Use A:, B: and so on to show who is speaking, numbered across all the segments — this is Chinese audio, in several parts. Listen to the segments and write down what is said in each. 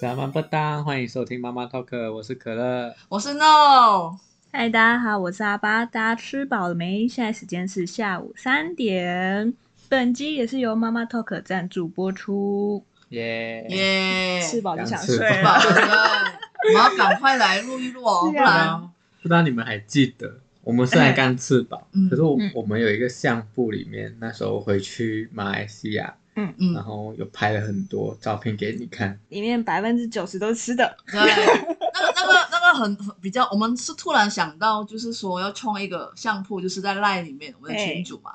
A: 小妈不当，欢迎收听妈妈 talk，我是可乐。
B: 我是 No，
C: 嗨，大家好，我是阿巴，大家吃饱了没？现在时间是下午三点。本集也是由妈妈 Talk 赞助播出。
A: 耶、
B: 耶！
C: 哎吃饱就想
A: 想吃
C: 睡
A: 饱
B: 宝
C: 了，
B: 这个，我们要赶快来录一录哦，不
C: 是
B: 然
C: 啊
A: 不知道你们还记得，我们虽然刚吃饱，
B: 嗯
A: 可是我、
C: 嗯
A: 我们有一个相簿里面，那时候回去马来西亚，然
B: 嗯，
A: 后有拍了很多照片给你看。
C: 里面百分之九十都是吃的。
B: 对，那个那个那个很很比较，我们是突然想到，就是说要创一个相簿，就是在 LINE 里面我们的群主嘛，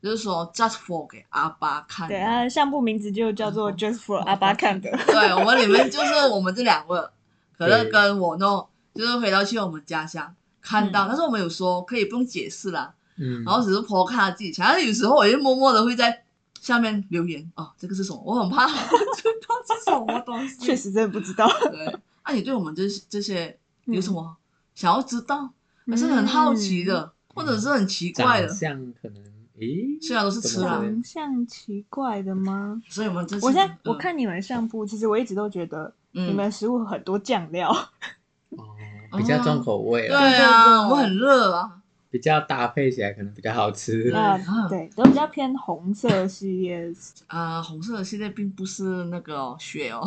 B: 就是说 just for 给阿巴看，啊
C: 哎对，啊它的相簿名字就叫
B: 嗯
C: 做 Just for 阿巴看的。
B: 对，我们里面就是我们这两个，可乐
A: 对
B: 跟我 No，就是回到去我们家乡看到，
C: 嗯
B: 但是我们有说可以不用解释啦，
A: 嗯，
B: 然后只是剖看他自己想，但是有时候我就默默的会在下面留言哦，这个是什么？我很怕我知道是什么东西。
C: 确，实真的不知道，
B: 对。那、你对我们这些这些有什
C: 嗯
B: 么想要知道，还是很好奇的，或者是很奇怪
C: 哦
A: 长
C: 嗯
B: 的？
A: 相可能，咦，
B: 虽然都是吃
A: 怎么
B: 啦
A: 会
C: 长相奇怪的吗？
B: 所以我们这次
C: 我现在我
B: 嗯
C: 看你们的相簿，其实我一直都觉得
B: 嗯
C: 你们的食物很多酱料，
A: 哦，比较重口味
B: 对
C: 哦
A: 了，
B: 啊，我们很热啊，
A: 比较搭配起来可能比较好吃。
B: 对
C: 那
B: 啊
C: 对，都比较偏红色系列。
B: 啊、红色的系列并不是那个、哦、血哦，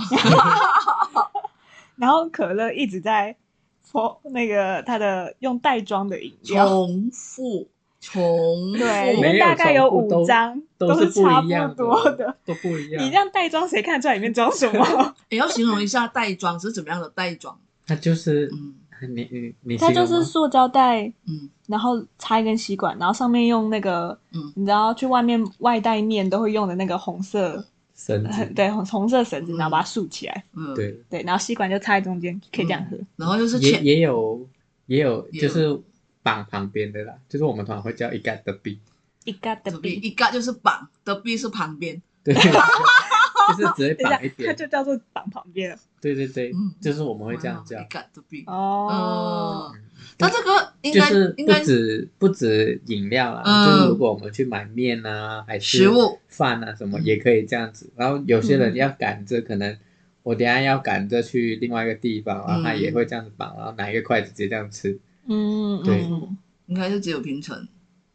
C: 然后可乐一直在搓那个它的用袋装的饮料，
B: 重复重复，
C: 哦对，里
A: 没
C: 面
A: 有
C: 大概有
A: 重复
C: 五
A: 都
C: 张，
A: 都
C: 是
A: 不
C: 差
A: 一样
C: 多
A: 的
C: 的。，
A: 都不一样。
C: 你让袋装谁看得出来里面装什么？
B: 也要形容一下袋装是怎么样的袋装，
A: 它就是
B: 嗯
A: 你你 你
C: 它
A: 形
C: 就
A: 容吗，
C: 是塑胶袋，
B: 嗯
C: 然后插一根吸管，然后上面用那个。
B: 嗯，
C: 你知道去外面外带面都会用的那个红色，
A: 绳
C: 呃
A: 子，
C: 对，红红色绳子，
B: 嗯
C: 然后把它竖起来，
B: 嗯，
A: 对，
C: 对，然后吸管就插在中间，可以这样
A: 嗯
C: 喝。
B: 然后就是
A: 也
B: 浅
A: 也有也有
B: 也
A: 就
B: 有
A: 是绑旁边的啦，就是我们通常会叫一干的币，
C: 一嘎的
B: 的币，
C: 比，
B: 一嘎就是绑，的币是旁边，
A: 对，就是只会
C: 等
A: 绑一
C: 一下，它
A: 边，
C: 就叫做绑旁边了。
A: 对对对
B: 嗯，
A: 就是我们会这样
B: 一
A: 叫，
B: 嘎的币。
C: 哦，
B: 嗯，那这个应
A: 就
B: 该
A: 是
B: 应
A: 不
B: 该
A: 止不止饮料啦，
B: 嗯
A: 就是如果我们去买面啊，还是
B: 食物
A: 饭啊什么
B: 嗯
A: 也可以这样子，然后有些人
B: 嗯
A: 要赶着可能。我等一下要赶着去另外一个地方，然后他
B: 嗯
A: 也会这样子绑，然后拿一个筷子直接这样吃。
C: 嗯，
A: 对
C: 嗯
B: 应该是只有平城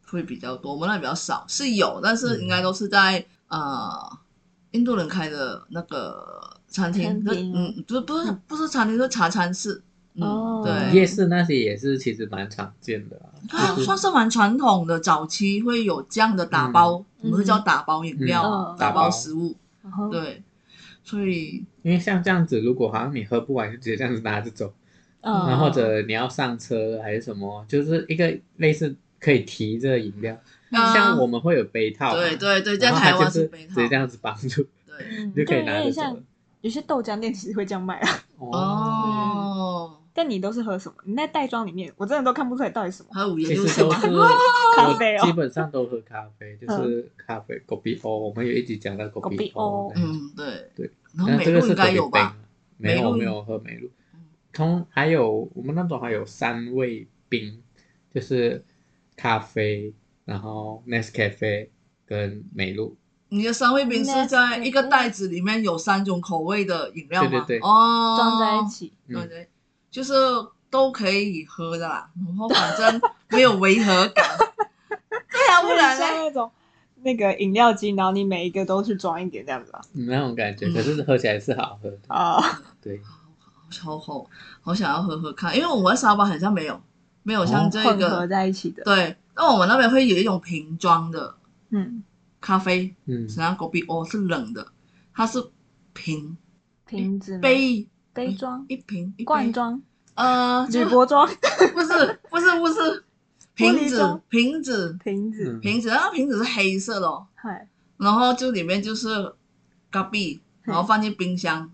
B: 会比较多，我们那里比较少，是有，但
A: 嗯
B: 是应该都是在、呃印度人开的那个餐厅，
C: 餐厅
B: 那嗯，不是不是不是餐厅，是茶餐室，嗯，
C: 哦
B: 对，啊
A: 夜市那些也是其实蛮常见的啦，
B: 它
A: 就是
B: 算是蛮传统的，早期会有这样的打包，我们会叫打包饮料、
A: 嗯
B: 打
C: 嗯
A: 打包
B: 包食物，
C: 然后
B: 对，所以
A: 因为像这样子，如果好像你喝不完，就直接这样子拿着走，
C: 嗯，
A: 然后或者你要上车还是什么，就是一个类似可以提着饮料，
B: 啊
A: 像我们会有杯套嘛，
B: 对对对，在
A: 然后它
B: 台湾
A: 就是
B: 杯
A: 直
B: 套，
A: 接这样子绑住
B: 对，
C: 嗯
A: 就可以
C: 对
A: 拿
C: 有
A: 着走
C: 点像
A: 了。
C: 有些豆浆店其实会这样卖啊。
B: 哦，
C: 但你都是喝什么？你那袋装里面，我真的都看不出来到底什么。
B: 还有五
A: 其
B: 颜
A: 实
B: 六
A: 都
B: 色
A: 是
B: 吗？
C: 咖啡哦
A: 我基本上都喝咖啡，
B: 嗯
A: 就是咖啡狗比欧，我们有一集讲到狗比欧，
C: 狗
B: 嗯，对
A: 对。
B: 然后
A: 那
B: 美
A: 这个
B: 露
A: 是狗
B: 应该
A: 比
B: 有吧？？
A: 没有，
B: 美露
A: 我没有喝梅露
B: 嗯。
A: 通还有我们那种还有三味冰，就是咖啡，然后 Nescafe 跟美露。
B: 你的三味冰是在一个袋子里面有三种口味的饮料吗？
A: 对对对
B: 哦，
C: 装在一，起，
B: 对
A: 嗯，
B: 对，就是都可以喝的啦。然后反正没有违和感。 对啊，不然
C: 像
B: 嘞，
C: 那种那个饮料机，然后你每一个都去装一点这样子啊。
A: 那种感觉，
B: 嗯
A: 可是喝起来是好喝的。
C: 啊，
A: 对，
B: 超好，好想要喝喝看，因为我们沙巴好像没有，没有像这
C: 哦混合
B: 个。
C: 在一起的。
B: 对，那我们那边会有一种瓶装的
C: 嗯，
B: 咖啡，
A: 嗯，
B: 然后狗比哦是冷的，它是瓶
C: 瓶子吗、
B: 杯
C: 杯装、
B: 一瓶一杯
C: 罐装、
B: 呃，
C: 铝
B: 就
C: 箔装、
B: 不是不是不是，瓶
C: 玻璃
B: 子
C: 装
B: 瓶子
C: 瓶子
A: 嗯，
B: 瓶子，然后瓶子是黑色的、哦，
C: 嗨，
B: 然后就里面就是咖啡，然后放进冰箱，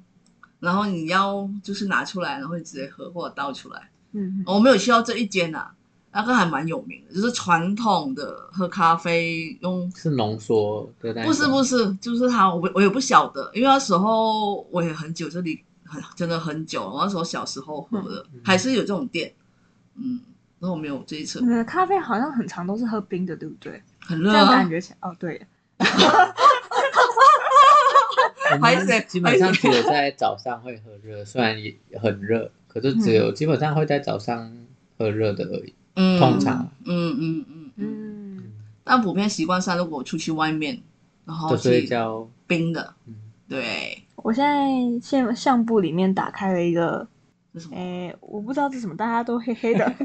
B: 然后你要就是拿出来，然后直接喝或者倒出来。
C: 嗯，
B: 我没有去到这一间呐、啊，那个还蛮有名的，就是传统的喝咖啡用。
A: 是浓缩的那
B: 不是不
A: 是，
B: 是，就是他，我我也不晓得，因为那时候我也很久这里很真的很久，我那时候小时候喝的，
A: 嗯
B: 还是有这种店，嗯，然后我没有这一次
C: 你的嗯咖啡好像很常都是喝冰
B: 啊
C: 哦的，对不对？
B: 很
C: 这
B: 热、
C: 样
B: 啊
C: 感，觉起来，哦，对，
A: 我
B: 不好意
A: 们
B: 思
A: 嗯基本上
B: 不好意思
A: 只有在早上会喝热，虽然也很热，可是只有基本上会在早上喝热的而已。
B: 嗯，
A: 通常，
B: 嗯嗯嗯嗯，
C: 嗯，
B: 但普遍习惯上，如果我出去外面，然后
A: 就所以
B: 去
A: 叫
B: 冰的，
A: 嗯，
B: 对，
C: 我现在现相簿里面打开了一个，
B: 是什么？
C: 诶，我不知道这是什么，大家都黑黑 的，
B: 哎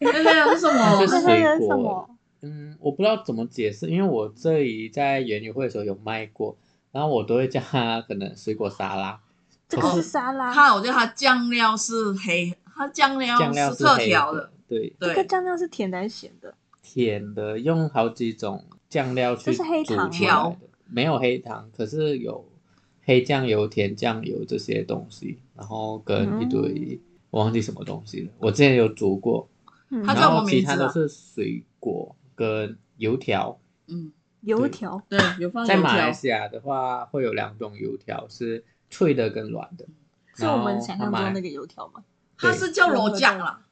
B: 对对对，是 什
A: 这
B: 么？
A: 是
C: 那
A: 水
C: 个是什
A: 果
C: 么？
A: 嗯，我不知道怎么解释，因为我这里在园游会的时候有卖过，然后我都会叫它可能水果沙拉，
C: 这个是沙拉，
B: 它我觉得它酱料是黑，它酱料
A: 酱料
B: 哦特
A: 黑
B: 调
A: 的，对，
C: 这个
B: 对，
C: 酱料是甜的还是咸的？
A: 甜的，用好几种酱料去
C: 这是黑
A: 煮
C: 糖
A: 出
B: 吗
A: 来的，没有黑糖，可是有黑酱油、甜酱油这些东西，然后跟一堆、
C: 嗯
A: 我忘记什么东西了，我之前有煮过，
C: 嗯
B: 它叫
A: 然
B: 什
A: 后
B: 么
A: 其
B: 名
A: 他
B: 字
A: 都
B: 啊
A: 是水果跟油条，
B: 嗯，
C: 油条，
B: 对，有放
A: 在
B: 油
A: 马来
B: 条，
A: 西亚的话会有两种油条，是脆的跟软的，
C: 是我们想象中
A: 然后
C: 那个油条吗？
B: 它是叫罗酱啦。
A: 嗯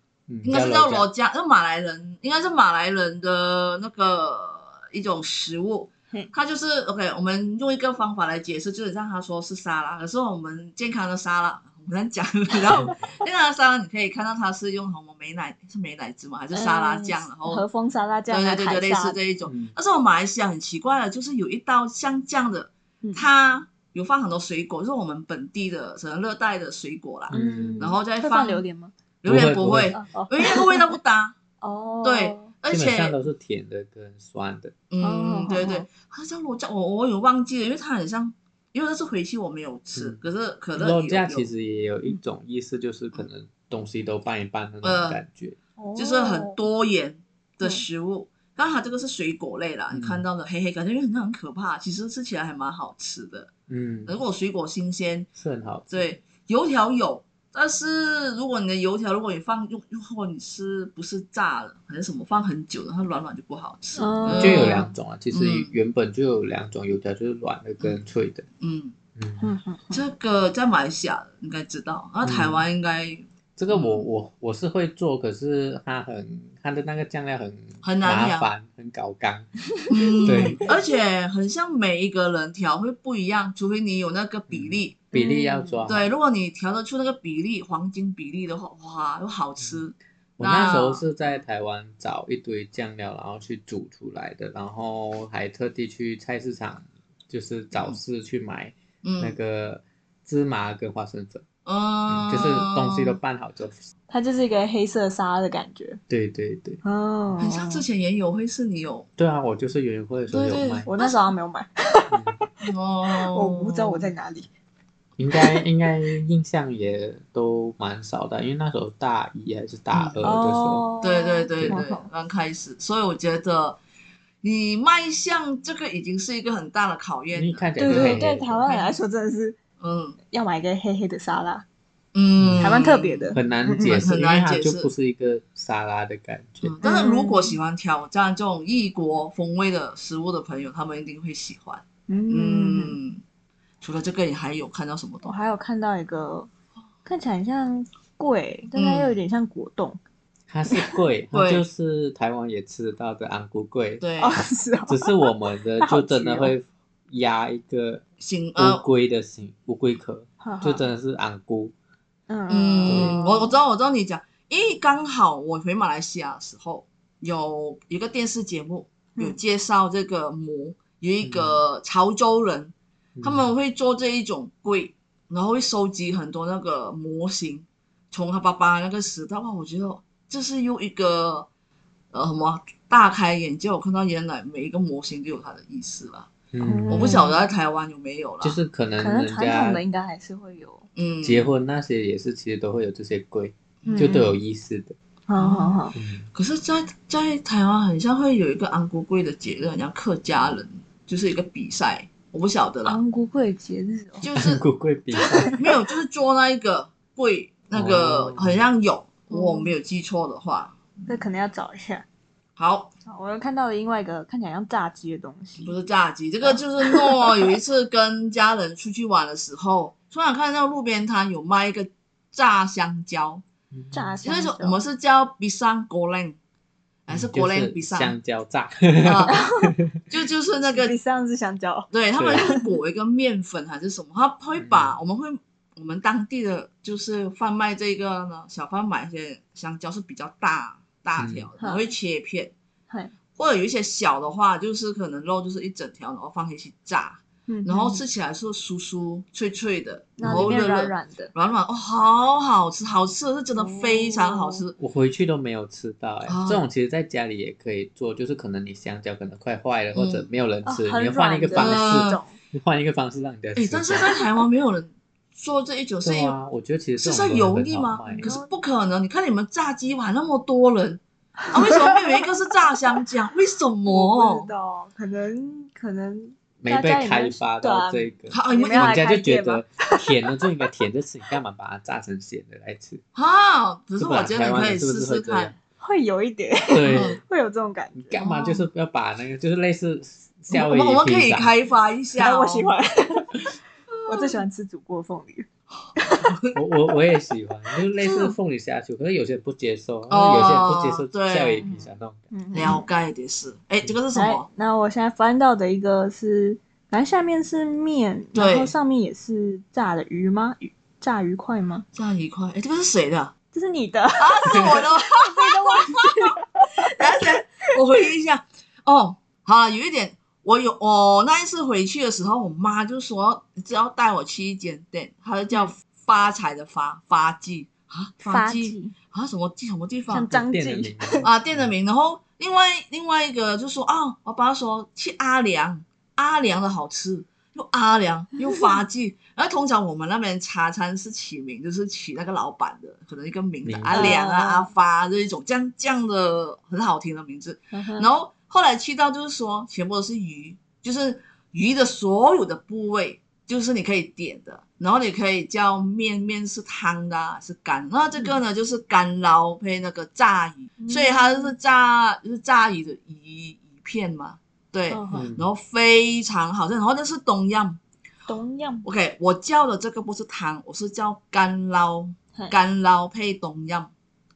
B: 应该是
A: 肉
B: 叫罗加，那马来人应该是马来人的那个一种食物
C: 嘿，
B: 它就是 OK。我们用一个方法来解释，就是让他说是沙拉，可是我们健康的沙拉，我们在 讲，然后健康的沙拉你可以看到它是用什么美乃是美乃滋嘛，还是沙拉酱，
C: 嗯
B: 然
C: 和
B: 后
C: 风沙拉
B: 对
C: 酱啊，
B: 对对对，
C: 凯
B: 类
C: 撒
B: 似这一种。
A: 嗯
B: 但是我们马来西亚很奇怪的，就是有一道像这样的，
C: 嗯
B: 它有放很多水果，就是我们本地的可能热带的水果啦，
A: 嗯
B: 然后再
C: 会
B: 放
C: 放榴莲吗？
B: 榴莲
A: 不
B: 不
A: 会
B: 会，
C: 哦哦
B: 因为那个味道不搭。
C: 哦，
B: 对，而
A: 基
B: 且
A: 本上都是甜的跟酸的，
C: 哦
B: 嗯，对
C: 好
B: 对
C: 好，
B: 它叫罗酱，我我有忘记了，因为它很像，因为这次回去我没有吃，
A: 嗯
B: 可是可乐
A: 肉
B: 有
A: 架
B: 有
A: 其实也有一种意思，就是可能东西都拌一拌的那种
B: 呃
A: 感觉。
C: 哦
B: 就是很多元的
C: 嗯
B: 食物。当然，它这个是水果类啦，
A: 嗯
B: 你看到的黑黑，感觉很像很可怕，其实吃起来还蛮好吃的。
A: 嗯，
B: 如果水果新鲜，
A: 是很好吃。，
B: 对，油条有，但是如果你的油条，如果你放用，如果你是不是炸的，还是什么放很久的，它软软就不好吃。
C: 哦
A: 就
C: 嗯
A: 有两种啊。其实
B: 嗯
A: 原本就有两种油条，就是软的跟脆的。
B: 嗯，
A: 嗯，
C: 嗯，嗯
B: 这个在马来西亚应该知道，然后台湾应该
A: 这个我我我是会做，可是它很它的那个酱料很
B: 很难
A: 麻
B: 调
A: 烦，很搞刚。
B: 嗯，
A: 对，
B: 而且很像每一个人调会不一样，除非你有那个
A: 嗯
B: 比例。
A: 比例要抓。
B: 嗯对，，如果你调得出那个比例，黄金比例的话，哇，又好吃。
A: 我那时候是在台湾找一堆酱料，然后去煮出来的，然后还特地去菜市场，就是早市去买
B: 嗯，
A: 那个芝麻跟花生粉，
B: 嗯
A: 嗯，就是东西都拌好之后。
C: 它就是一个黑色沙拉的感觉。
A: 对对对，
C: 哦，
B: 很像之前也有会是你有
A: 对啊，我就是园游会的时候有
B: 对对
A: 卖，
C: 我那时候还没有买，
A: 嗯
B: 哦，
C: 我不知道我在哪里。
A: 应该应该印象也都蛮少的，因为那时候大一呃还是大二的时候，
C: 哦，
B: 对对对
C: 好
B: 对
C: 好，
B: 刚开始，所以我觉得你迈向这个已经是一个很大的考验
A: 你
B: 了。
A: 看起来
C: 对
A: 就
C: 对
A: 黑
C: 对，
A: 黑的
C: 台湾人来说真的是
B: 嗯
C: 要买一个黑黑的沙拉，
B: 嗯，
C: 台湾特别的。
A: 很难解释，
B: 很
A: 因
B: 难
A: 为它
B: 解
A: 就
B: 释
A: 不是一个沙拉的感觉。
B: 嗯，但是如果喜欢挑战这种异国风味的食物的朋友，他们一定会喜欢。
C: 嗯，
B: 嗯，除了这个，你还有看到什么
C: 我
B: 东西？
C: 还有看到一个看起来很像贵，但它又有点像果冻。
A: 它是贵，它
B: 对
A: 就是台湾也吃得到的安菇贵，
B: 对
C: 哦，， 是哦，
A: 只是 我们 的
C: 好
A: 就
C: 奇
A: 真的
C: 哦
A: 会压一个
B: 行
A: 乌
B: 呃，
A: 龟的形，乌龟壳，
C: 好好
A: 就真的是安菇。
C: 嗯
B: 嗯，我我知
C: 道，
B: 道我知道你讲，因为刚好我回马来西亚的时候，有一个电视节目
C: 嗯
B: 有介绍这个馍，有一个潮州人，
A: 嗯
B: 他们会做这一种柜，然后会收集很多那个模型，从他爸爸那个时代，哇，我觉得这是又一个呃什么大开眼界，我看到原来每一个模型都有它的意思了。
A: 嗯，
C: 嗯
B: 我不晓得在台湾有没有啦，
A: 就是可能
C: 可能
A: 人
C: 传统
A: 家
C: 的应该还是会有。
B: 嗯，
A: 结婚那些也是，其实都会有这些龟，
B: 嗯
A: 就都有意思的。
C: 好好好，
A: 嗯，
B: 可是在，在台湾很像会有一个安国贵的节日，很像客家人，就是一个比赛，我不晓得啦，
C: 嗯昂古贵节日哦，
B: 就是
A: 古贵比赛，
B: 没有，就是做那一个贵那个
A: 哦
B: 很像有，
C: 嗯
B: 我没有记错的话，
C: 这可能要找一下。
B: 好，
C: 好我又看到了另外一个看起来像炸鸡的东西
B: 不，是炸鸡，
A: 哦
B: 这个就是诺哦有一次跟家人出去玩的时候，突然看到路边摊有卖一个炸香蕉，
A: 嗯
C: 炸
B: 那
C: 香
B: 时
C: 蕉
B: 候我们是叫 b i s a n g o l e n 还是
A: 嗯
B: 国
A: 就
B: 内
A: 是
B: 比上
A: 香 蕉 炸，
B: 啊，就 就是那个
C: 比上次香蕉，
B: 对他们
A: 对嗯
B: 会裹一个面粉还是什么， 他会把我们会我们当地的就是贩卖这个呢小贩买一些香蕉是比较大大条的，
C: 嗯
B: 会切片，
C: 嘿
B: 或者有一些小的话就是可能肉就是一整条，然后放进去炸，
C: 嗯
B: 然后吃起来是酥酥脆脆的，然
C: 那里
B: 后
C: 面
B: 热
C: 软哦
B: 热
C: 软的，
B: 软软哦，好好吃，好吃是真的非常好吃。
A: 我回去都没有吃到哎、
B: 哦
A: 这种其实在家里也可以做，就是可能你香蕉可能快坏了、
B: 嗯
A: 或者没有人
C: 哦
A: 吃，
C: 很
A: 你要换一个
C: 软
A: 方
C: 的那
A: 式，
C: 种，
A: 你换一个方式让人家
B: 哎、
A: 吃。
B: 但是在台湾没有人做这一种，是
A: 对
B: 因为、
A: 啊，我觉得其实
B: 是
A: 这
B: 在
A: 种
B: 油
A: 东西
B: 腻
A: 很好
B: 吗
A: 卖？啊
B: 可是不可能，你看你们炸鸡排那么多人，啊，为什么没有一个是炸香 蕉？为什
C: 我不
B: 么
C: 知？道，可能可能
A: 没
C: 大
A: 被
C: 家也没
A: 开
C: 有
A: 发
C: 对
A: 到
C: 啊
A: 这个，
B: 好，你们
C: 没有
A: 人
C: 来
A: 家
C: 开
A: 就觉
C: 店吗
A: 得 甜的就应该甜着吃，你干嘛把它炸成咸的来吃？
B: 啊，只
A: 是
B: 是
A: 吧
B: 我觉得
A: 台
B: 你
A: 湾
B: 可
A: 人
B: 以
A: 是不
B: 试
A: 是
B: 试
A: 会这样
B: 看。
C: 会有一点，
A: 对，
C: 会有这种感
A: 嗯你
C: 觉。
A: 干嘛
B: 哦
A: 就是要把那个就是类似夏
B: 我
A: 威夷
B: 们我们可
A: 披
B: 以
A: 萨，
B: 开发一
C: 然
B: 下、
C: 后
B: 哦，
C: 我喜 欢，我最喜欢吃煮过凤梨，
A: 我我我也喜欢，就是类 似凤梨虾球，可是有些人不接受，然后有些人不接受
B: 哦对
A: 夏威夷披萨那种。
C: 嗯
B: 了解的是，哎、这个是什
C: 来
B: 么？，
C: 那我现在翻到的一个是，反正下面是面，然后
B: 对
C: 上面也是炸的鱼吗？鱼炸鱼块吗？
B: 炸一块，哎、这个是谁的？啊，
C: 这是你的，
B: 是 我的吗。 等一下等一下，我回忆一下。哦，好啊，有一点，我有我那一次回去的时候，我妈就说你只要带我去一间店，它就叫发财的发发记啊，
C: 发
B: 记
C: 髻，
B: 啊，什么记什么地方
C: 像？张
A: 店的
C: 记
A: 名字
B: 啊，店的名。然后另外另外一个就说啊，我爸说去阿良，阿良的好吃，又阿良又发迹。然后通常我们那边茶餐是起名，就是起那个老板的，可能一个名字，
A: 名
B: 阿良啊、
C: 字
B: 阿发啊这一种这样这样的很好听的名字。
C: 嗯哼
B: 然后后来去到就是说，全部都是鱼，就是鱼的所有的部位，就是你可以点的，然后你可以叫面，面是汤的啊、是干。那这个呢，就是干捞配那个炸鱼，
C: 嗯
B: 所以它就是炸，就是炸鱼的鱼鱼片嘛，对。
C: 嗯哼
A: 嗯
B: 然后非常好吃，然后那是东样。
C: 东样
B: OK，我叫的这个不是汤，我是叫干捞
C: 嘿，
B: 干捞配东样，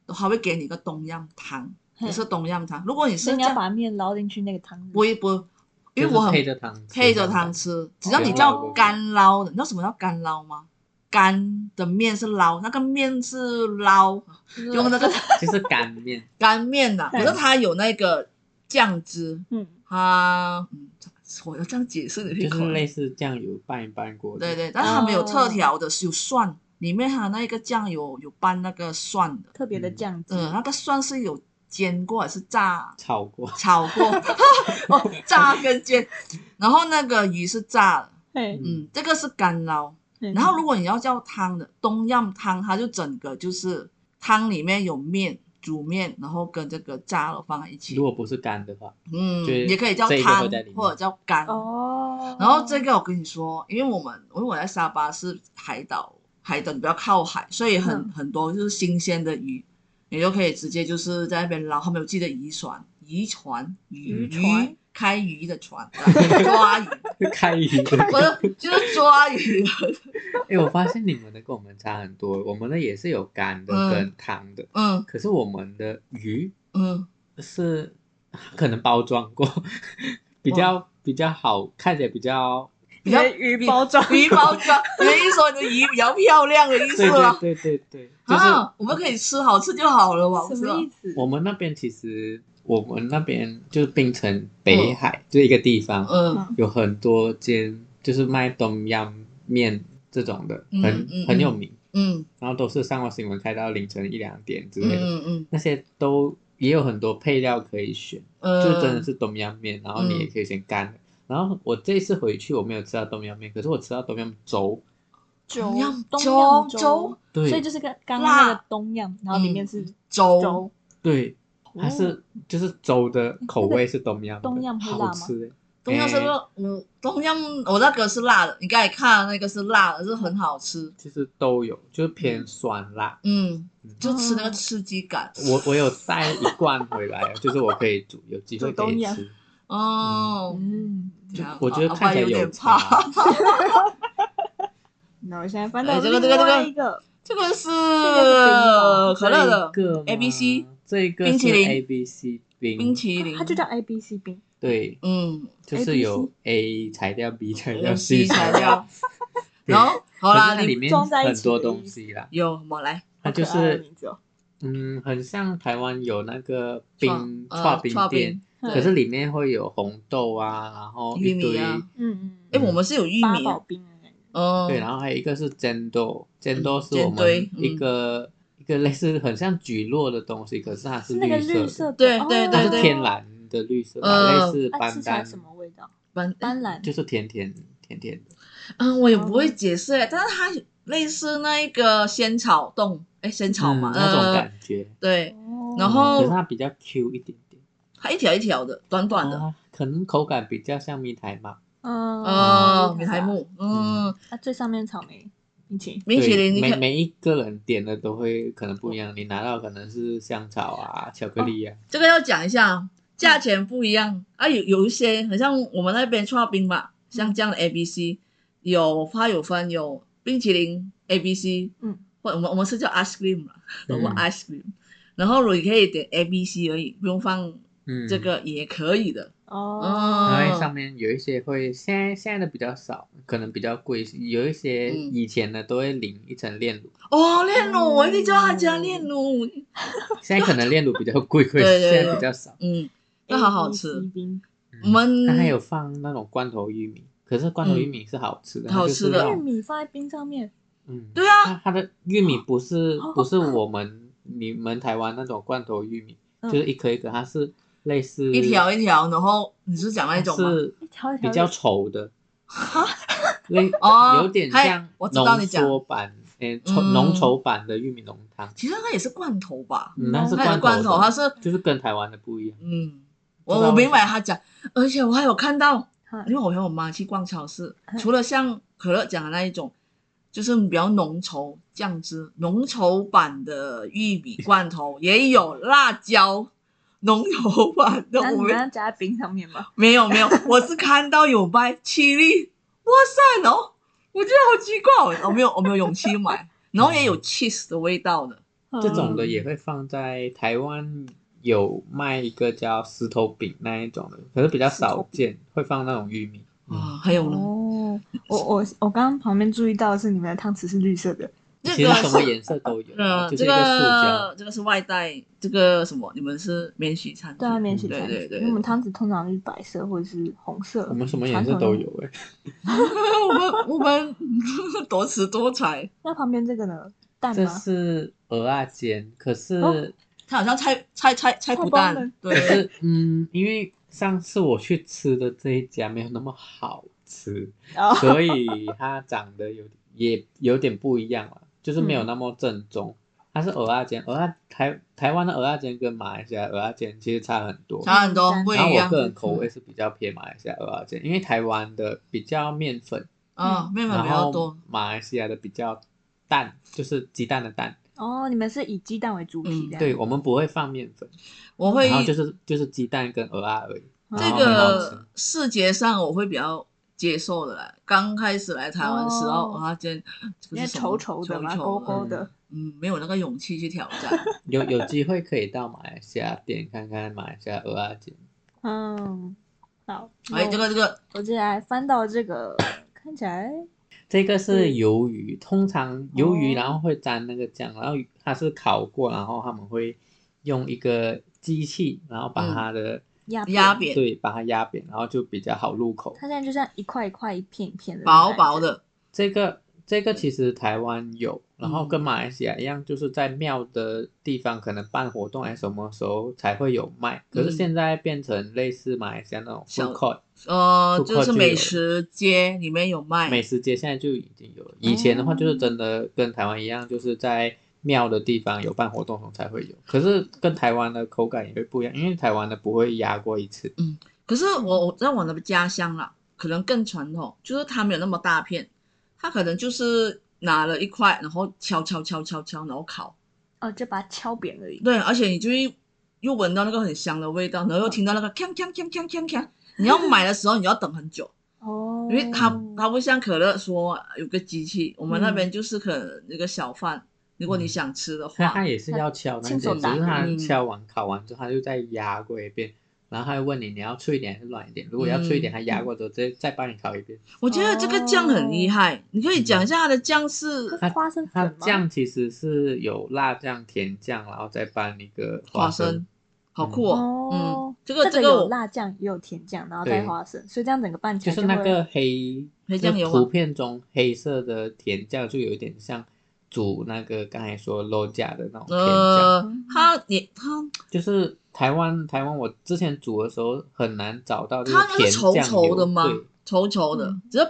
B: 还会给你一个东样汤，
C: 嘿
B: 也嗯是东样汤。如果你是
C: 所以你
B: 这样
C: 要把面捞进去那个汤里，
B: 不一不，因为
A: 就是
B: 我很
A: 配着汤吃，
B: 配着汤吃。只要你叫干捞的，你知道什么叫干捞吗？干的面是捞，那个面是捞，用那个
A: 就是干 面。
B: 干面的、可
C: 对
B: 是它有那个酱汁，
C: 嗯，
B: 它嗯，我要这样解释你会
A: 就
B: 可
A: 是类
B: 能。
A: 似酱油拌一拌过的。
B: 对对，但是它没有特
C: 哦
B: 调的，是有蒜，里面它那个酱油有拌那个蒜的，
C: 特别的
A: 嗯
C: 酱汁，
B: 嗯，那个蒜是有煎过还是炸
A: 炒过，
B: 炒过， 哦，炸跟煎，然后那个鱼是炸的，
C: 嘿，嗯
B: 嗯，这个是干捞。
C: 嘿
B: 嗯然后如果你要叫汤的东样汤，它就整个就是汤里面有面煮面，然后跟这个炸了放在一起
A: 如。果不是干的话，
B: 嗯，
A: 就是
B: 也可以叫
A: 这一个
B: 汤
A: 会在里面
B: 或者叫干。
C: 哦，
B: 然后这个我跟你说，因为我们因为我在沙巴是海岛，海岛比较靠海，所以很、
C: 嗯
B: 很多就是新鲜的鱼，你就可以直接就是在那边捞。他们有记得渔船，渔船，
A: 渔
B: 渔
C: 船
B: 开鱼的船，抓鱼，
A: 开鱼的。
B: 我就就是抓鱼。
A: 哎，我发现你们的跟我们差很多，我们的也是有干的
B: 嗯
A: 跟汤的，
B: 嗯
A: 可是我们的鱼
B: 嗯，
A: 是可能包装过，比较比较好，看起来比较。
B: 比较
C: 你的鱼包装，
B: 鱼包装，你的意思说你的鱼比较漂亮的意思
A: 对
B: 吗？
A: 对对对对，就是
B: 啊，我们可以吃好吃就好了嘛，不
C: 什
B: 是
C: 么
B: 吗？
C: 意思？
A: 我们那边其实，我们那边就是槟城北海这一个地方，
B: 嗯
A: 有很多间就是卖东阳面这种的，
B: 嗯
A: 很、
B: 嗯
A: 很有名，
B: 嗯
A: 然后都是上过新闻，开到凌晨一两点之类
B: 嗯
A: 的，
B: 嗯嗯
A: 那些都也有很多配料可以选，
B: 嗯，
A: 就真的是东阳面，然后你也
B: 嗯
A: 可以选干的。然后我这一次回去我没有吃到东阳面，可是我吃到东阳粥，
C: 粥
B: 东样
C: 东
B: 粥
C: 样
B: 粥
A: 对，
C: 所以就是刚刚
B: 辣嗯
C: 刚那个东样，然后里面是
B: 粥
C: 粥，
A: 对，它是就是粥的口味是东阳的，
C: 东阳会辣吗
A: 好吃欸、
B: 东阳是
A: 哎
B: 不我东阳我那个是辣的，你刚才看的那个是辣的，是很好吃。
A: 其实都有，就是偏酸辣。
B: 嗯
A: 嗯，
B: 就吃那个
C: 嗯
B: 刺激感。
A: 我我有带一罐回来，就是我可以煮，有机会可
C: 煮东
A: 以
C: 阳
A: 吃。
B: 哦，
C: 嗯，
B: 这样
A: 我觉得
B: 啊
A: 看起来
B: 啊有点
A: 差。
B: 怕。
C: 那我现在翻到
B: 哎这个这
C: 另
B: 个这个
C: 外一个，
B: 这个是
C: 个是冰的
B: 可乐的
A: 这一个吗
B: ABC
A: 这一个是
B: 冰淇淋
A: A B C 冰，
B: 冰淇淋，
C: 它就叫 A B C 冰，
A: 对，
B: 嗯，
A: 就是有 A 裁掉 B 裁掉
B: 有 C 材
A: 裁
B: 料，
A: 对
B: 然后好
A: 可
B: 啦，
A: 是它里
B: 你
A: 面
C: 装在一
A: 很
C: 起
A: 多
C: 的
A: 东
C: 意思
A: 西啦，
B: 有我来
A: 它
C: 好可
A: 就
C: 爱的
A: 是
C: 名字哦
A: 嗯，很像台湾有那个冰
B: 呃
A: 串冰
B: 串
A: 店，
B: 冰
A: 可是
B: 对
A: 里面会有红豆啊，然后一
B: 玉米
A: 堆，
B: 啊
C: 嗯嗯，
B: 哎，我们是有玉
C: 八
B: 米，
C: 宝冰的感觉，
B: 嗯，
A: 对，然啊后还有一个是煎豆，煎
B: 嗯
A: 豆是
B: 煎
A: 我们
B: 堆
A: 一
B: 嗯
A: 个、一个类似很像菊络的东西，可是它是
C: 是那个
A: 色
C: 绿
A: 的，
C: 色的，
B: 对
C: 哦
B: 对
A: 它
B: 对
A: 是
B: 对
A: 天蓝的绿色吧，
B: 嗯
A: 类似
C: 它吃
A: 斑
C: 起来
A: 斑，
C: 什么味道？
B: 斑
C: 斑斓，
A: 就是甜甜甜甜的，
B: 嗯，我也不会解释欸，但是它类似那一个仙草冻，哎，仙草嘛
A: 嗯，那种
B: 呃
A: 感觉，
B: 对，
C: 哦
A: 嗯
B: 然
A: 可
B: 后
A: 是它比较 Q 一点点，
B: 它一条一条的，短短的，
A: 啊可能口感比较像米苔嘛，哦
C: 嗯
B: 呃，
C: 米
B: 米苔木，嗯，
C: 它最上面草莓冰淇淋，
B: 冰淇
A: 对
B: 淋你
A: 每
B: 看，
A: 每一个人点的都会可能不一样，你拿到可能是香草啊、巧克力啊，
B: 这个要讲一下，价钱不一样啊，有有一些很像我们那边串冰
A: 嗯
B: 吧，像这样的 A B C，有它有分有冰淇淋 A B C，
C: 嗯，
B: 或我们我们是叫 ice cream 啦，我们
A: 嗯
B: ice cream，然后你可以点 A B C 而已，不用放
A: 嗯，
B: 这个也可以的，
C: 哦，
B: 嗯，
A: 然后上面有一些会，现在现在的比较少，可能比较贵，有一些
B: 嗯
A: 以前的都会淋一层 炼乳，
B: 哦，炼乳，
A: 嗯
B: 我一定叫他加炼乳。嗯
A: 现在可能炼乳比较 贵，贵
B: 对对
A: 现在
B: 对
A: 比较少。嗯
B: 嗯，那好好
C: ABC
B: 吃。
C: 冰，
B: 我们
A: 它还有放那种罐头玉米，可是罐头玉
B: 嗯
A: 米是好吃的，
B: 好
A: 它就是
B: 吃的
A: 那
C: 玉
A: 种
C: 米放在冰上面，
A: 嗯，
B: 对啊哦
A: 它它的玉米不是
C: 好好
A: 不是我们你们台湾那种罐头玉米，
C: 嗯
A: 就是一颗一颗，它是类似
B: 一条一条，然后你是讲那一种吗？
A: 是
C: 一条一条
A: 比较
C: 的
A: 稠的， 类
B: 哦
A: 有点
B: 还
A: 像
B: 我知
A: 浓
B: 道你讲
A: 缩版，诶，稠
B: 嗯
A: 浓稠版的玉米浓汤，
B: 其实它也是罐头吧？
A: 嗯那是
B: 它也是
A: 罐
B: 罐
A: 头
B: 头，
A: 的
B: 它是
A: 就是跟台湾的不一样。
B: 嗯，
A: 知道
B: 我我
A: 吗
B: 明白他讲，而且我还有看到，
C: 嗯
B: 因为我陪我妈去逛超市，
C: 嗯
B: 除了像可乐讲的那一种，就是比较浓稠酱汁、浓稠版的玉米罐头，也有辣椒浓稠版的，
C: 那
B: 我
C: 你
B: 们
C: 要加在冰上面吧？
B: 没有没有，我是看到有卖七粒，哇塞，然后我觉得好奇怪，我没有我没有勇气买，然后也
C: 哦
B: 有 cheese 的味道的，
A: 这种的也会放在台湾有卖一个叫石头饼那一种的，可是比较少见，会放那种玉米。嗯
B: 啊，还有呢，
C: 哦，我我我刚刚旁边注意到的是你们的汤匙是绿色的，
B: 这
A: 其实
B: 个
A: 什么
B: 是
A: 颜色都有，
B: 呃
A: 就是
B: 这
A: 一个塑胶
B: 个。这个是外带，这个什么你们是免洗餐具，
C: 对啊，免洗
B: 对
C: 餐
B: 对
C: 具，
B: 对
C: 因为 我们汤匙通常是白色或者是红色，
A: 我们什么颜色都有哎、
B: 我们我们 多姿多彩，
C: 那旁边这个呢？蛋
A: 这
C: 吗？
A: 是鹅啊煎，可是、
C: 哦
B: 它好像拆拆拆拆不
C: 太棒了
B: 蛋，
A: 可
B: 对，
A: 是嗯，因为上次我去吃的这一家没有那么好吃，
C: 哦，
A: 所以它长得有也有点不一样了，就是没有那么正宗。它是鹅啊煎，鹅啊台台湾的鹅啊煎跟马来西亚鹅啊煎其实差很多。
B: 差 很多不
C: 会
A: 然后
B: 一
A: 我
B: 样，
A: 个人口味是比较偏马来西亚鹅啊煎，因为台湾的比较面粉，
B: 啊，面粉
A: 然
B: 比较
A: 后
B: 多，
A: 马来西亚的比较蛋，就是鸡蛋的蛋。
C: 哦，你们是以鸡蛋为主体
B: 嗯
C: 的，
A: 对，我们不会放面粉，
B: 我会
A: 然后就是就是鸡蛋跟鹅啊而已。
C: 哦
B: 这
A: 然后很好
B: 个
A: 吃
B: 视觉上我会比较接受的啦。刚开始来台湾的时候，
C: 哦
B: 啊，今
C: 因
B: 天
C: 为稠稠的嘛，勾勾的，
B: 嗯，没有那个勇气去挑 战。
A: 有有机会可以到马来西亚店看看马来西亚鹅啊煎。
C: 嗯，好，
B: 哎，这个这个，
C: 我接下来翻到这个，看起来
A: 这个是
C: 对
A: 鱿鱼，通常鱿鱼
C: 哦
A: 然后会沾那个酱，然后它是烤过，然后他们会用一个机器，然后把
B: 嗯
A: 它的、
C: 压
B: 压扁
A: 对把它压扁，然后就比较好入口。
C: 它现在就像一块一块、一片一片的，
B: 薄薄，的，
A: 这个这个其实台湾有，然后
B: 嗯
A: 跟马来西亚一样，就是在庙的地方可能办活动还是什么时候才会有卖，可是
B: 嗯
A: 现在变成类似马来西亚那种 food
B: 小
A: court
B: 呃，
A: Food court
B: 就是
A: 就
B: 美
A: 有
B: 食街里面有卖，
A: 美食街，现在就已经有了。以前的话就是
C: 哦
A: 真的跟台湾一样，就是在庙的地方有办活动的时候才会有，可是跟台湾的口感也会不一样，因为台湾的不会压过一次，
B: 可是我我在我的家乡啦，可能更传统，就是它没有那么大片，它可能就是拿了一块，然后敲敲敲敲敲，然后烤。
C: 哦，就把它敲扁而已。
B: 对，而且你就会又闻到那个很香的味道，然后又听到那个锵锵锵锵锵锵。你要买的时候，你要等很久，
C: 哦，
B: 因为它它不像可乐说有个机器，我们那边就是可能那个小贩，如果你想吃的
A: 那
B: 话，
A: 他也是要敲那
D: 亲手
A: 些，只
D: 打
A: 是他
B: 嗯
A: 敲完烤完之后，他就再压过一遍，然后他就问你你要脆一点还是软一点。如果要脆一点，
B: 嗯
A: 他压过之后直接再帮你烤一遍。
B: 我觉得这个酱很厉害，你可以讲一下它的酱是
D: 可是花生
A: 它
D: 粉吗？
A: 酱其实是有辣酱、甜酱，然后再拌一个
B: 花
A: 生
B: 生。，好酷哦，嗯
D: 哦，
B: 这个
D: 这
B: 这
D: 个
B: 个
D: 有
B: 我
D: 辣酱也有甜酱，然后
A: 对
D: 再花生，所以这样整个拌起
A: 就
D: 来
A: 是
D: 会
A: 那个黑就
B: 黑酱油吗
A: 图片中黑色的甜酱，就有点像煮那个刚才说肉酱的那种甜酱，
B: 呃，它也它
A: 就是台湾台湾我之前煮的时候很难找到这
B: 它那
A: 甜
B: 个稠
A: 酱
B: 稠
A: 油
B: 的吗
A: 对？
B: 稠稠的
D: 嗯，
B: 只是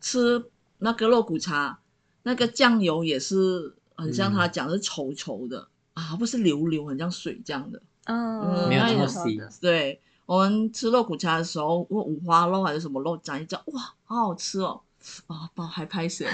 B: 吃那个肉骨茶，那个酱油也是很
A: 嗯
B: 像他讲是稠稠的啊，不是流流，很像水这样的。
D: 嗯，
B: 没有
D: 那
B: 那么
D: 也好
A: 细
D: 的
B: 对我们吃肉骨茶的时候，用五花肉还是什么肉沾一沾，哇，好好吃哦！啊，不还拍手，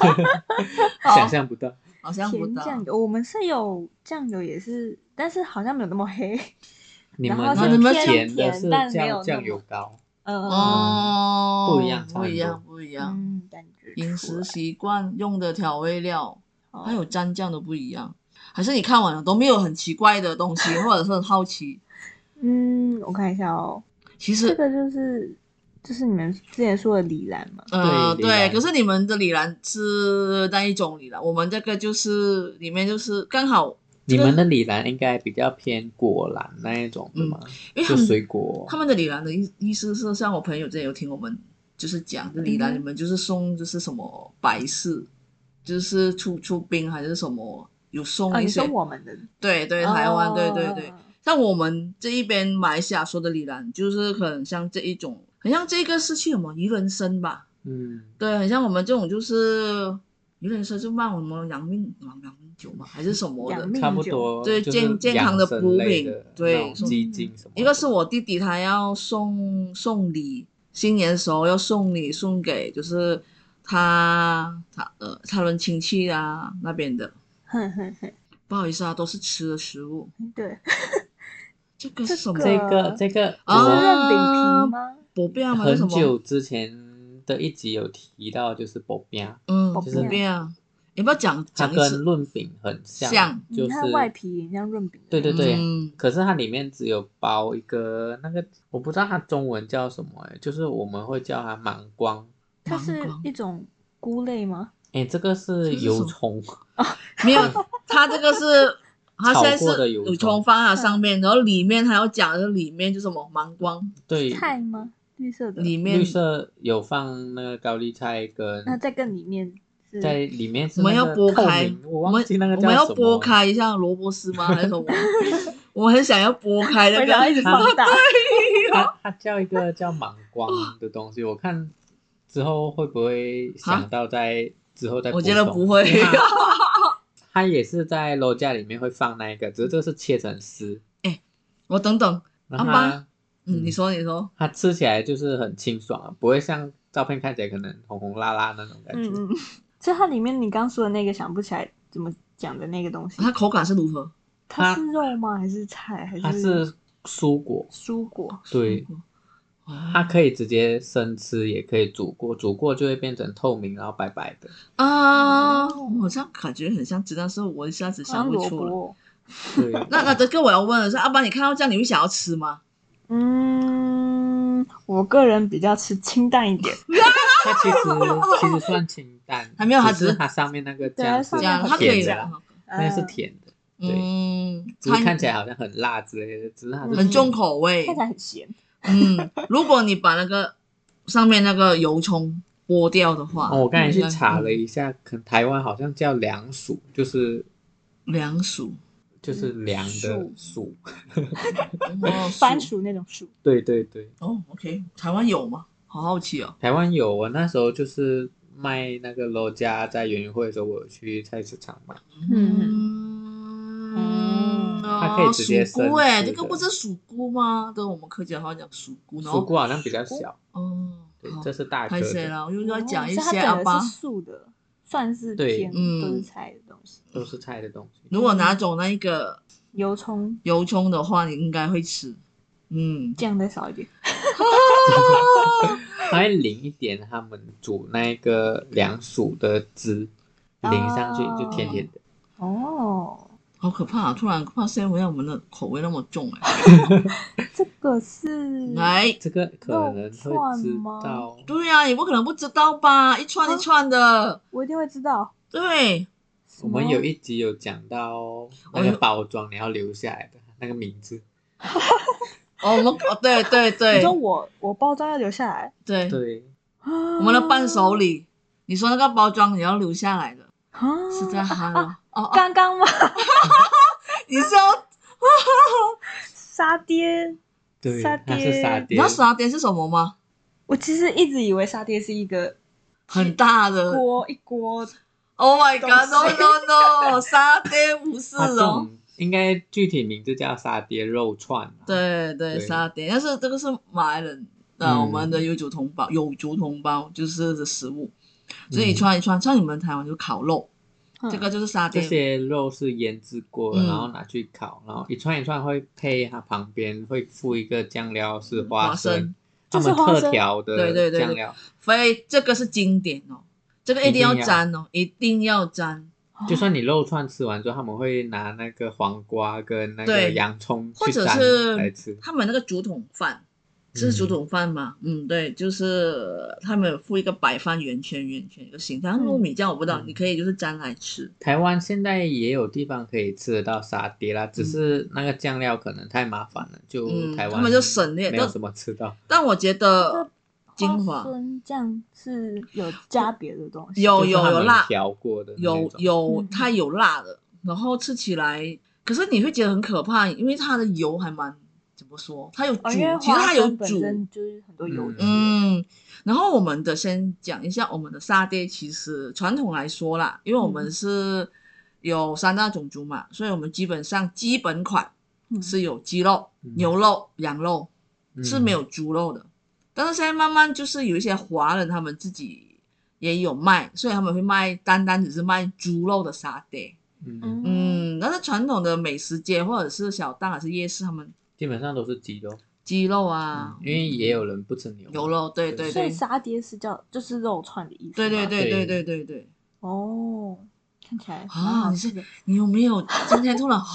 B: 哦
A: 想象不到。
B: 好像不
D: 甜
B: 到。
D: 酱油，我们是有酱油也是，但是好像没有那么黑。
A: 你
D: 然
A: 们
D: 后
A: 的
B: 是偏
A: 甜的
D: 甜
A: 是
D: 但没有
A: 叫
D: 那
A: 酱
D: 么
A: 油膏，
D: 嗯，
B: 哦，
A: 不一样差
B: 不
A: 很
B: 一
A: 多
B: 样，不一样。
D: 嗯，感觉
B: 饮
D: 出
B: 食
D: 来
B: 习惯用的调味料，
D: 哦
B: 还有蘸酱都不一样。还是你看完了都没有很奇怪的东西，或者是很好奇。
D: 嗯，我看一下哦，
B: 其
D: 这
B: 实，
D: 个就是就是你们之前说的李兰嘛，
B: 呃，
A: 对李
B: 对，
A: 兰
B: 可是你们的李兰是那一种李兰，我们这个就是里面就是刚好，
A: 你们的李兰应该比较偏果篮那一种的嘛，
B: 嗯因为他
A: 就
B: 们
A: 水果
B: 他。们的李兰的意意思是，像我朋友之前有听我们就是讲，就
D: 嗯
B: 李兰你们就是送就是什么白事，就是出出兵还是什么，有送
D: 哦，
B: 一
D: 你
B: 些，
D: 说我们的
B: 对对，台湾，对对对。
D: 哦
B: 像我们这一边马来西亚说的李兰，就是很像这一种，很像这个是去什么鱼人参吧？
A: 嗯，
B: 对，很像我们这种就是鱼人参，就卖我们养命养养命酒嘛，还是什么的
D: 养。命
A: 差不多。
B: 对
A: 就是
B: 健健康的
A: 养生
B: 补
A: 类的
B: 品
A: 那
B: 对
A: 种
B: 说
A: 鸡精什么的。
B: 一个是我弟弟，他要送送礼，新年的时候要送礼送给就是他他呃他们亲戚啊那边的。
D: 哼哼哼，
B: 不好意思啊，都是吃的食物。
D: 对，
B: 这个是什么？
D: 这
A: 这个哦这个
B: 啊
D: 是
A: 我
D: 润饼皮吗？
B: 薄饼吗？还啊是什
A: 很
B: 么？
A: 久之前的一集有提到，就是薄饼，
B: 嗯，
D: 薄
A: 就是
B: 饼啊。你不要讲
A: 它
B: 讲一
A: 跟
B: 次。
A: 润饼很像，
B: 像
D: 嗯
A: 就是
D: 它的外皮很像润饼的
A: 对对对
B: 嗯
A: 可是它里面只有包一个那个，我不知道它中文叫什么、欸，就是我们会叫它芒光。
D: 它是
B: 芒果
D: 一种菇类吗？
A: 哎、这个
B: 这
A: 是
B: 是什
A: 油
B: 么
A: 葱，
B: 没有，他这 个是，他现在
A: 炒过的
B: 是
A: 油
B: 有
A: 葱
B: 葱放在它上面，然后里面还要讲的里面就什么芒光，
A: 对，
D: 菜吗？绿色的，
B: 里面
A: 绿色有放那个高丽菜跟
D: 那在更里面是
A: 在里面是
B: 我们
A: 那
B: 要
A: 个
B: 剥
A: 透
B: 开
A: 明，我
B: 我
A: 忘
B: 们
A: 记那个
B: 我
A: 叫
B: 们要
A: 什么
B: 剥开一下萝卜丝吗？还是什么？我很想要剥开 那
D: 我想要一直
B: 个，
D: 放 大，
A: 它它叫一个叫芒光的东西，我看之后会不会想到在之后再
B: 我
A: 补
B: 觉得
A: 充
B: 不会
A: 因为它它也是在肉架里面会放那一个，只是这个是切成丝。
B: 我等等，
A: 然后
B: 阿妈
A: 它
B: 嗯，
A: 嗯
B: 你说你说，
A: 它吃起来就是很清爽啊，不会像照片看起来可能红红辣辣那种感觉。
D: 嗯嗯， 所以它里面你刚说的那个想不起来怎么讲的那个东西，
B: 它口感是如何？
D: 它是肉吗？还是菜？
A: 它
D: 还
A: 是蔬果，
D: 蔬果？
A: 对，
B: 哦
A: 它可以直接生吃，也可以煮过，煮过就会变成透明，然后白白的。
B: 啊，我好像感觉很像知道，但是我一下子
D: 像
B: 想不
D: 萝
B: 出来。
D: 卜。
A: 对，
B: 那那这个我要问的是，阿爸，你看到这样你会想要吃吗？
D: 嗯，我个人比较吃清淡 一点，
A: 它其实其实算清淡，
B: 还没有它
A: 只
B: 只
A: 是
B: 是
A: 它上面那个
D: 对
A: 酱
D: 它
A: 是
D: 上
B: 这
D: 面
B: 样，它可
A: 甜
B: 以
A: 的
B: 的
A: 啦，。那是
D: 呃
A: 甜的，对，
B: 嗯，
A: 只是看起来好像很辣之类的，只是它是
B: 很重
A: 甜的
B: 口味
D: 看。起来很咸。
B: 嗯，如果你把那个上面那个油葱剥掉的话，
A: 哦，我刚才去查了
B: 嗯
A: 一下，可能台湾好像叫凉薯，就是
B: 凉薯，
A: 就是
B: 嗯
A: 凉的
D: 薯
A: 薯。
B: 哦
D: 番薯那种薯，
A: 对对对，
B: 哦，OK，台湾有吗？好好奇哦。
A: 台湾有，我那时候就是卖那个肉夹，在园游会的时候，我有去菜市场买。
B: 哦嗯
D: 嗯
A: 它可以直接
B: 哦、
A: 生
B: 薯菇哎、
A: 吃
B: 这
A: 的
B: 个不是薯菇吗？对，我们客家话讲薯菇，然后
A: 薯菇好像比较小，
B: 哦，
A: 对，
B: 好
A: 这是大颗
B: 拍谁
A: 的，
B: 了？我又要讲一
D: 哦所以
B: 些
D: 它
B: 阿
D: 整
B: 巴
D: 个是。素的，算是
A: 对
D: 偏
B: 嗯
D: 都是菜的东西。
A: 都是菜的东西。
B: 如果拿走那一个
D: 油葱
B: 油葱的话，你应该会吃。嗯，
D: 酱再少一点，
A: 它会淋一点他们煮那个凉薯的汁，淋上去就甜甜的。
D: 哦，
B: 好可怕、啊！突然发现回到我们的口味那么重哎、
D: 这个是
B: 来，
A: 这个可能会
D: 肉串
A: 知
D: 吗
A: 道，
B: 对呀、啊，也不可能不知道吧？一串一串的，
D: 我一定会知道。
B: 对，
A: 我们有一集有讲到那个包装你要留下来的那个名字，
B: 哦，我们哦，对对
D: 你
B: 对
D: 说我我包装要留下来，
B: 对，
A: 对，
D: 我
B: 我们的伴手礼，你说那个包装你要留下来的，是在
D: 样。
B: 哈喽哦哦，
D: 刚刚吗？
B: 你是要
D: 沙爹，
A: 对，
D: 沙
A: 它是沙
D: 爹
A: 爹，
B: 你知道沙爹是什么吗？
D: 我其实一直以为沙爹是一个
B: 很大的
D: 锅一锅，
B: ，Oh my
D: 东西
B: God，no no no，沙爹不是
A: 它这
B: 哦。
A: 种应该具体名字叫沙爹肉串、啊，，
B: 对对，
A: 对
B: 沙爹，但是这个是马来人，呃，
A: 嗯
B: 我们的有族同胞，有族同胞就是的食物，所以一
A: 嗯
B: 串一串，像你们台湾就是烤肉，这个就是沙
A: 这
B: 爹，
A: 些肉是腌制过的，
B: 嗯
A: 然后拿去烤，然后一串一串会配它旁边会附一个酱料是花
B: 生
A: 他们
D: 这是花生
A: 特调的
B: 对对对对
A: 酱料，
B: 所以这个是经典哦，这个一定要
A: 一定要
B: 沾哦，一定要沾，
D: 嗯
A: 就算你肉串吃完之后，他们会拿那个黄瓜跟那个
B: 对
A: 洋葱
B: 或
A: 去
B: 者
A: 沾来
B: 是
A: 吃，
B: 他们那个竹筒饭。这是竹筒饭吗？嗯，对，就是他们有附一个白饭圆圈圆圈一个形状，
D: 嗯
B: 糯米酱我不知道，
A: 嗯
B: 你可以就是沾来吃。
A: 台湾现在也有地方可以吃得到沙爹啦，只是那个酱料可能太麻烦了，就
B: 嗯
A: 台湾
B: 他们就省略
A: 没有什么吃到。
B: 但我觉得精
D: 花
B: 华
D: 生酱是有加别的东西，
A: 就
B: 有
A: 是他
B: 有
A: 们
B: 有辣，
A: 调过的那
B: 有
A: 种
B: 有
D: 嗯
B: 它有辣的，然后吃起来，可是你会觉得很可怕，因为它的油还蛮怎么说，它有煮，
D: 哦，因为
B: 其实
D: 花
B: 它有
D: 生本
B: 煮，
D: 身就是很多油脂，
B: 嗯。然后我们的先讲一下我们的沙爹，其实传统来说啦，因为我们
D: 嗯
B: 是有三大种族嘛，所以我们基本上基本款
D: 嗯
B: 是有鸡肉、
A: 嗯
B: 牛肉、羊肉，
A: 嗯
B: 是没有猪肉的。但是现在慢慢就是有一些华人他们自己也有卖，所以他们会卖单单只是卖猪肉的沙爹。
A: 嗯，
D: 哦
B: 嗯，但是传统的美食街或者是小档还是夜市，他们
A: 基本上都是鸡肉，
B: 鸡肉啊
A: 嗯、因为也有人不吃牛
B: 牛肉，对对
D: 所以
B: 对，
D: 沙爹是叫就是肉串的意思吗，
B: 对对对对
A: 对
B: 对对对。
D: 哦，看起来蛮
B: 啊，
D: 好
B: 你
D: 吃
B: 是
D: 的，
B: 你有没有今天突然哦，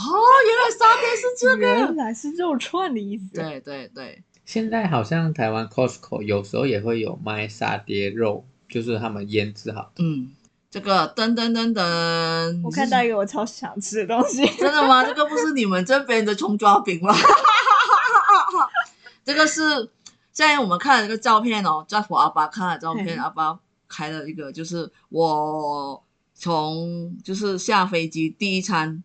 B: 原来沙爹是这
D: 原
B: 个？
D: 来是肉串的意思，
B: 对对对，
A: 现在好像台湾 Costco 有时候也会有卖沙爹肉，就是他们腌制好的。
B: 嗯，这个噔噔噔噔，
D: 我看
B: 这
D: 到一个我超想吃的东西，
B: 真的吗？这个不是你们这边的葱抓饼吗？ 这个是现在我们看了这个照片哦，在我阿爸看了照片，
D: 嗯
B: 阿爸开了一个，就是我从就是下飞机第一餐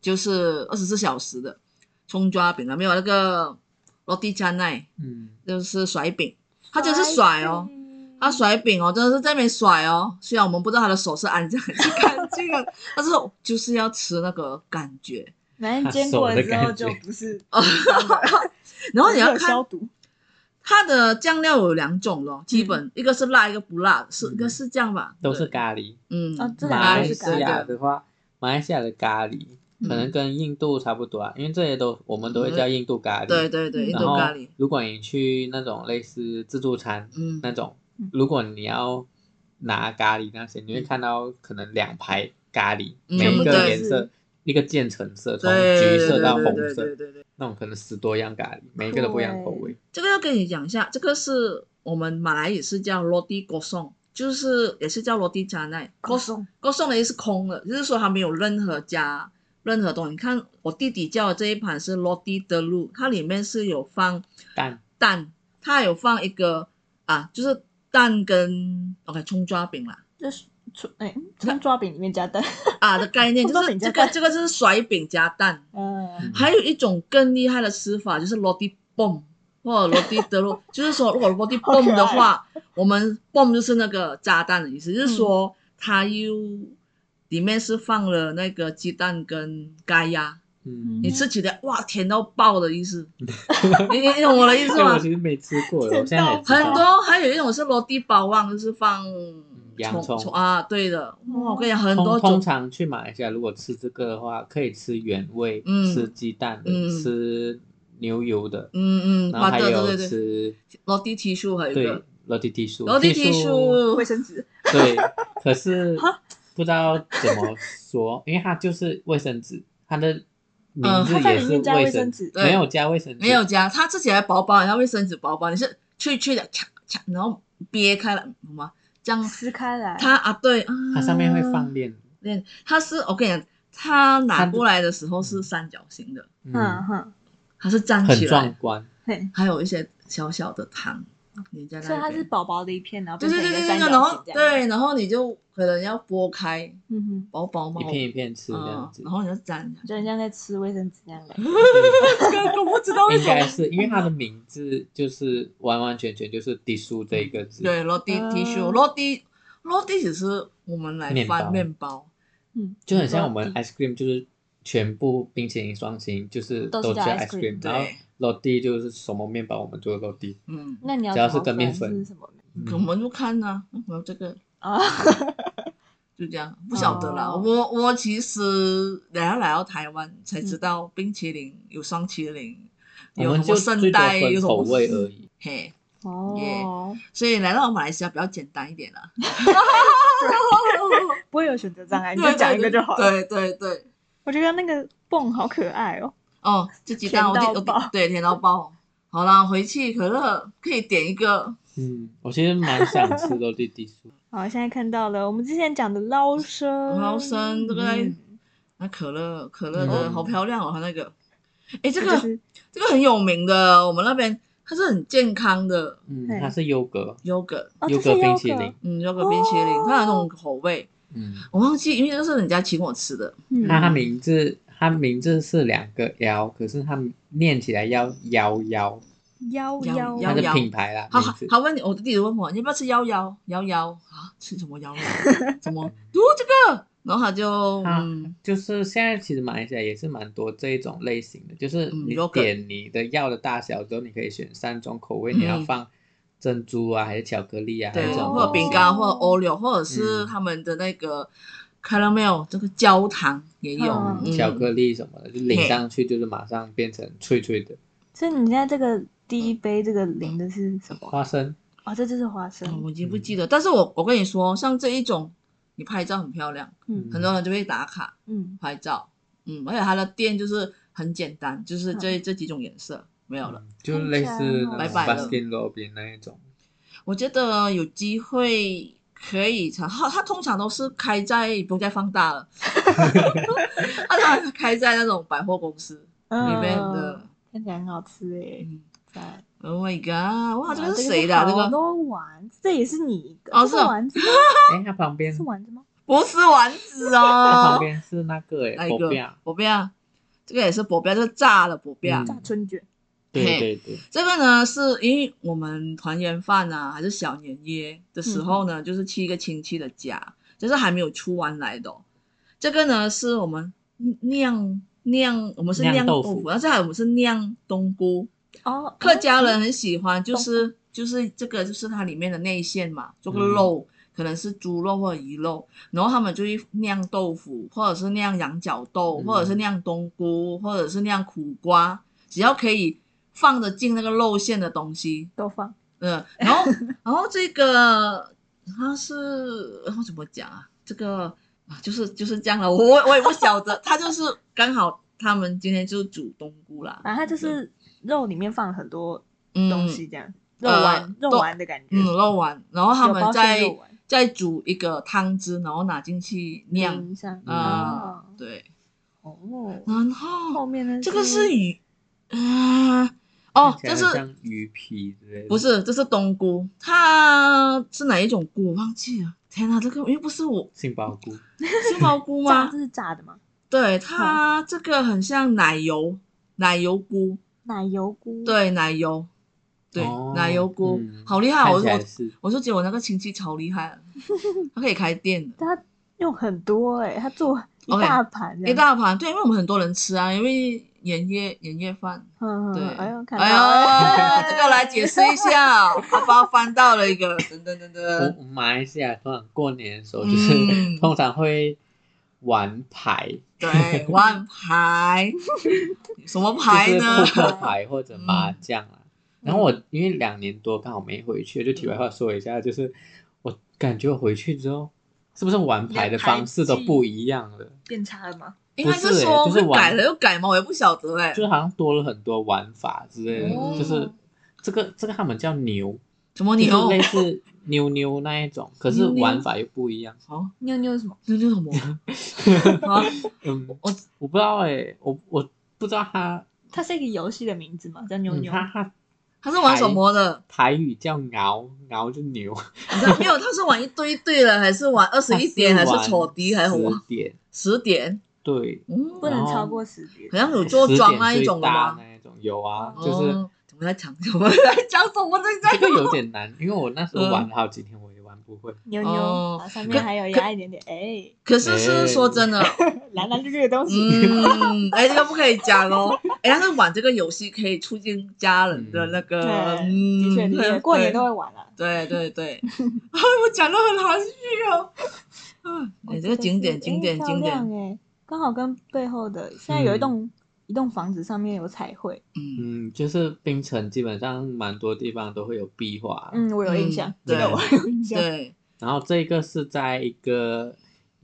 B: 就是二十四小时的葱抓饼啊，没有那个落地加奈，
A: 嗯，
B: 就是甩饼，他真的是甩哦。他甩饼哦，真的是在那边甩哦。虽然我们不知道他的手是安这 样是干净的，但是我就是要吃那个感觉。
D: 反
A: 它
D: 正煎
A: 手
D: 过
A: 的
D: 了之后
A: 感
D: 就
A: 觉
D: 不 是
B: 哦
D: 脏的，
B: 然后你要
D: 有消
B: 看
D: 毒，嗯
B: 它的酱料有两种咯，基本、一个是辣，一个不辣，是
A: 嗯
B: 一个是酱吧，
A: 都是
B: 对
A: 咖喱。
B: 嗯，
D: 哦这两
A: 马
D: 个
A: 来
D: 都是
A: 西
D: 咖喱
A: 亚的话，马来西亚的咖喱
B: 嗯
A: 可能跟印度差不多啊，因为这些都我们都会叫印度咖喱。
B: 对对对，印
A: 然
B: 度
A: 后
B: 咖喱，
A: 如果你去那种类似自助餐
B: 嗯
A: 那种
D: 嗯，
A: 如果你要拿咖喱那些，你会看到可能两排咖喱，每一
B: 嗯全部都
A: 个
B: 是
A: 颜色一个渐层色，从
B: 对
A: 橘
B: 对
A: 色
B: 对
A: 到
B: 对
A: 红
B: 对对
A: 色，
B: 对对，
A: 那种可能十多样咖喱，每一个都不一样口味。
B: 这个要跟你讲一下，这个是我们马来也是叫罗蒂锅送，就是也是叫罗蒂加奈
D: 高松
B: 锅送的意思是空的，就是说它没有任何加任何东西。你看我弟弟叫的这一盘是罗蒂的路，它里面是有放
A: 蛋
B: 蛋，它有放一个啊，就是蛋跟 OK 葱抓饼啦
D: 就是葱哎葱抓饼里面加蛋，
B: 啊的概念，就
D: 葱抓
B: 是
D: 饼
B: 这
D: 加
B: 个
D: 蛋
B: 这个就是甩饼加蛋。
D: 嗯，
B: 还有一种更厉害的吃法就是罗蒂泵或者罗蒂 德路，就是说如果罗蒂泵的话，我们泵就是那个炸弹的意思，就是说
D: 嗯
B: 它又里面是放了那个鸡蛋跟盖鸭，
A: 嗯，
B: 你吃起来哇甜到爆的 意思，你你你懂我的意思
A: 对，
B: 吗
A: 哎我？其实没吃过，
D: 甜
A: 我现在才
D: 到
A: 知道
B: 很多，还有一种是罗蒂包旺，就是放
A: 洋
B: 葱
A: 葱
B: 啊，对的，哇，我跟你讲很多
A: 通通
B: 种，
A: 常去马来西亚，如果吃这个的话，可以吃原味，
B: 嗯
A: 吃鸡蛋的，
B: 嗯
A: 吃牛油的，
B: 嗯嗯，
A: 然后
B: 啊
A: 还
B: 对
A: 有
B: 对对对，
A: 吃
B: 罗蒂提树还有一
A: 对
B: 个，
A: 落地提树，
B: 罗蒂提
A: 提
B: 树
D: 卫生纸，
A: 对。可是不知道怎么说，因为它就是卫生纸，它的名
B: 嗯
A: 字
D: 它在
A: 也
D: 里
A: 是
D: 面加卫生
A: 生
D: 纸
B: 对
A: 没有加卫生纸，
B: 没有加，它自己还薄薄，然后卫生纸薄薄，你是去去的掐掐，然后憋开了，懂吗？这样
D: 撕开来，
B: 它啊对啊，
A: 它上面会放链，
B: 链，它是我跟你讲，它拿
A: 它
B: 过来的时候是三角形的，
D: 嗯
A: 嗯，
D: 哼，
B: 它是站
A: 很
B: 起
A: 壮
B: 来，
A: 观，
D: 嘿，
B: 还有一些小小的糖粘在那
D: 所以它
B: 边
D: 是薄薄的一片，然后
B: 对
D: 变成
B: 对
D: 一
B: 对
D: 个
B: 对
D: 三
B: 对，
D: 角
B: 然后
D: 形这样，
B: 对，然后你就可能要剥开
D: 嗯哼，
B: 薄薄嘛，
A: 一片一片吃这样
B: 嗯
A: 子，，
B: 然后你就 粘，
D: 就很像在吃卫生纸那样的。
B: 我不知道 为
A: 应
B: 什
A: 该
B: 么。
A: 是因为它的名字就是完完全全就是“迪叔”这一个字，
B: 对，落地
D: 嗯
B: T 恤，落地落地只是我们来
A: 面包
B: 翻面包，
D: 嗯，
A: 就很像我们 ice cream，就是全部冰淇淋双星就是
D: 都是
A: 都
D: 叫 ice
A: ice
D: cream，
A: cream，然后 l o
B: 对
A: 就是什么面包我们做 l o
B: 嗯，
D: 那你要
A: 只要是
D: 怎么
A: 跟面
D: 分
A: 粉
D: 是什么面
B: 我
A: 嗯，
B: 们就看呢，嗯我要这个
D: 啊？
B: 就这样，不晓得啦。
D: 哦
B: 我我其实来到来到台湾才
D: 嗯
B: 知道冰淇淋有双麒麟，
A: 我
B: 有
A: 们
B: 什么
A: 就
B: 圣
A: 最多
B: 代，有
A: 分
B: 什
A: 口
B: 么
A: 味而已。
B: 嘿，
D: 哦，
B: 所以来到马来西亚比较简单一 点啦。
D: 不会有选择障碍，你
B: 对
D: 就讲一个就好了。
B: 对对对，
D: 我觉得那个泵好可爱哦。
B: 哦，这几单我
D: 甜
B: 第
D: 到
B: 我第
D: 爆
B: 对甜到爆。好啦，回去可乐可以点一个，
A: 嗯，我其实蛮想吃 l o 迪叔，
D: 好，现在看到了我们之前讲的捞生，
B: 捞生对不对
D: 嗯
B: 那可乐可乐的
A: 嗯
B: 好漂亮哦，它那个，哎，这
D: 这
B: 个
D: 就是
B: 这个很有名的，我们那边它是很健康的
A: 嗯，
D: 对
A: 它是优格，
B: 优格，
D: 哦，
A: 优
D: 这是
A: 格冰
D: 优
A: 淇淋，
B: 嗯，优格冰淇淋，它有那
D: 哦
B: 种口味，
A: 嗯，
B: 我忘记，因为那是人家请我吃的，
D: 嗯
A: 那它名字它名字是两个幺，可是它念起来要幺幺，
D: 幺
B: 幺
D: 幺
A: 它
B: 幺
A: 的
B: 幺
A: 品牌啦，
B: 他
A: 名
B: 还
A: 字
B: 还问你，我的弟弟问我你要不要吃幺幺幺幺啊？吃什么幺 幺？怎么读这个？然后他就
A: 啊
B: 嗯，
A: 就是现在其实马来西亚也是蛮多这一种类型的，就是
B: 嗯
A: 你
B: ，yogurt
A: 点你的药的大小之后，你可以选三种口味，你要
B: 嗯
A: 放珍珠啊，还是巧克力啊，还
B: 对
A: 是，什么
B: 或者
A: 东西
B: 饼干，或者 Oreo，或者
A: 嗯
B: 是他们的那个 caramel 这个焦糖也有，
D: 嗯
B: 嗯
A: 巧克力什么的，就淋上去就是马上变成脆脆的
D: 所以你现在这个第一杯这个淋的是什么？
A: 花生。
D: 哦，这就是花
B: 哦
D: 生。
B: 我已经不记得，但是我我跟你说，像这一种，你拍照很漂亮，
D: 嗯
B: 很多人就会打卡
D: 嗯，
B: 拍照，嗯，而且它的店就是很简单，就是这、这几种颜色没有了。哦
A: 嗯就类似那
D: 看
A: 种
B: 起来好
A: Baskin Robin 那一种，
B: 我觉得有机会可以尝，它它通常都是开在不用再放大了，它通常是开在那种百货公司里面的。
D: 嗯看起来很好吃诶。
B: 嗯
D: 在
B: ，Oh my god！哇，这
D: 哇
B: 个是谁的啊？这
D: 好
B: 个
D: 多丸子，这也是你的
B: 哦
D: 这
B: 是
D: 是
B: 哦
D: 丸子吗，
A: 哎，它旁边
D: 是丸子吗？
B: 不是丸子
A: 它
B: 哦
A: 旁，边是那个哎，
B: 哪
A: 薄
B: 一个
A: 饼，？
B: 薄饼，这个也是薄饼，这个炸的薄饼。
A: 嗯
D: 炸春卷。
A: 对
B: 嘿
A: 对对，
B: 这个呢，是因为我们团圆饭啊，还是小年夜的时候呢，就是去一个亲戚的家，就是还没有出完来的哦、这个呢，是我们酿酿，我们是
A: 酿
B: 酿
A: 豆
B: 豆
A: 腐
B: 腐，但是还有我们是酿冬菇。
D: 哦，
B: 客家人很喜欢，就是就是这个就是它里面的内馅嘛，这个
A: 嗯
B: 肉、可能是猪肉或者鱼肉，然后他们就会酿豆腐，或者是酿羊角豆，
A: 嗯
B: 或者是酿冬菇，或者是酿苦瓜，只要可以放得进那个肉馅的东西，
D: 都放。
B: 嗯，然后然后这个它是然后怎么讲啊？这个啊，就是就是这样了，我我也不晓得，它就是刚好他们今天就煮冬菇啦，
D: 然后它就是肉里面放了很多
B: 嗯
D: 啊东西，这样肉
B: 呃
D: 丸肉
B: 都
D: 丸的感觉。
B: 嗯，肉丸，然后他
D: 有包
B: 们
D: 馅
B: 再
D: 肉丸
B: 再煮一个汤汁，然后拿进去酿
D: 淋上哦
B: 啊、对，
D: 嗯哦，
B: 然
D: 后
B: 后
D: 面呢？
B: 这个是鱼，啊、哦，
A: 看
B: 这
A: 起来很
B: 是
A: 像鱼皮之类的，
B: 不是这是冬菇？它是哪一种菇？我忘记了。天哪，这个因为不是我
A: 杏鲍菇，
B: 是毛菇
D: 炸，
B: 吗
D: 这？是炸的吗？
B: 对，它这个很像奶油奶油菇，
D: 奶油菇。，
B: 对奶油，对、
A: 哦
B: 奶油菇，
A: 嗯
B: 好厉害！
A: 看
B: 我
A: 起来
B: 我
A: 是
B: 我就觉得我那个亲戚超厉害 了，他可以开店的。
D: 它用很多哎，它做一
B: OK，
D: 大盘这样，
B: 一大盘，对，因为我们很多人吃啊，因为年夜年夜饭，
D: 嗯，嗯
B: 对，
D: 嗯哎呦，看到
B: 哎
D: 了
B: 呦， 这个来解释一下，阿包翻到了一个，等等等等，
A: 我马来西亚通常过年的时候，就是、
B: 呃嗯
A: 通常会玩牌，
B: 对，万牌，什么牌呢嗯
A: 就？是扑克牌或者麻将啊。然后我因为两年多刚好没回去，就题外话说一下，就是我感觉我回去之后是不是玩牌的方式都不一样了？
C: 变差了吗？
B: 应该
A: 不是欸
B: 说
A: 就是
B: 会
A: 玩
B: 改了又改吗？我也不晓得哎、
A: 就是好像多了很多玩法之类的，
B: 哦
A: 就是这个这个他们叫牛，
B: 什么
A: 就是
B: 牛？
A: 类似妞妞那一种，可是
B: 妞妞
A: 玩法又不一样。
B: 哦，
C: 妞妞什么？
B: 那叫什么？ 啊，
A: 嗯，
B: 我
A: 我不知道哎、我我不知道他
C: 它是一个游戏的名字吗？叫妞
A: 嗯
C: 妞。
A: 他他
B: 他是玩什么的？
A: 台语叫熬熬就牛，
B: 你知道没有？他是玩一堆一堆的，还是玩二十一点，还
A: 他是玩
B: 是丑迪，还是玩
A: 十点
B: 十点？
A: 对，
B: 嗯，
C: 不能
A: 哦
C: 超过十点
B: 好。像有做庄那一
A: 哎10点最
B: 种的
A: 大
B: 吗？
A: 那一种有啊，
B: 哦
A: 就是、
B: 怎么在讲？怎么在讲什么？在
A: 这
B: 在
A: 个有点难，因为我那时
B: 嗯
A: 候玩了好几天，我也玩不会。
C: 妞妞，
B: 哦
D: 啊
C: 然后上面还有压一点点，哎，
B: 可是
A: 哎
B: 是说真的，
D: 蓝蓝绿绿的东西，
B: 嗯，哎，这个不可以讲哦。哎，但是玩这个游戏可以促进家人的那个，
D: 的
B: 嗯，
D: 确的确，过年
B: 对
D: 都会玩啊。
B: 对 对对，哎，我讲的很含蓄哦。嗯，哎，这个景点景点景点，
D: 哎，刚好跟背后的现在有一栋、一栋房子上面有彩绘，
B: 嗯，
A: 嗯，就是冰城基本上蛮多地方都会有壁画，
D: 嗯，我有印象
B: 嗯，
D: 这个我有印象。
B: 对，
A: 然后这个是在一个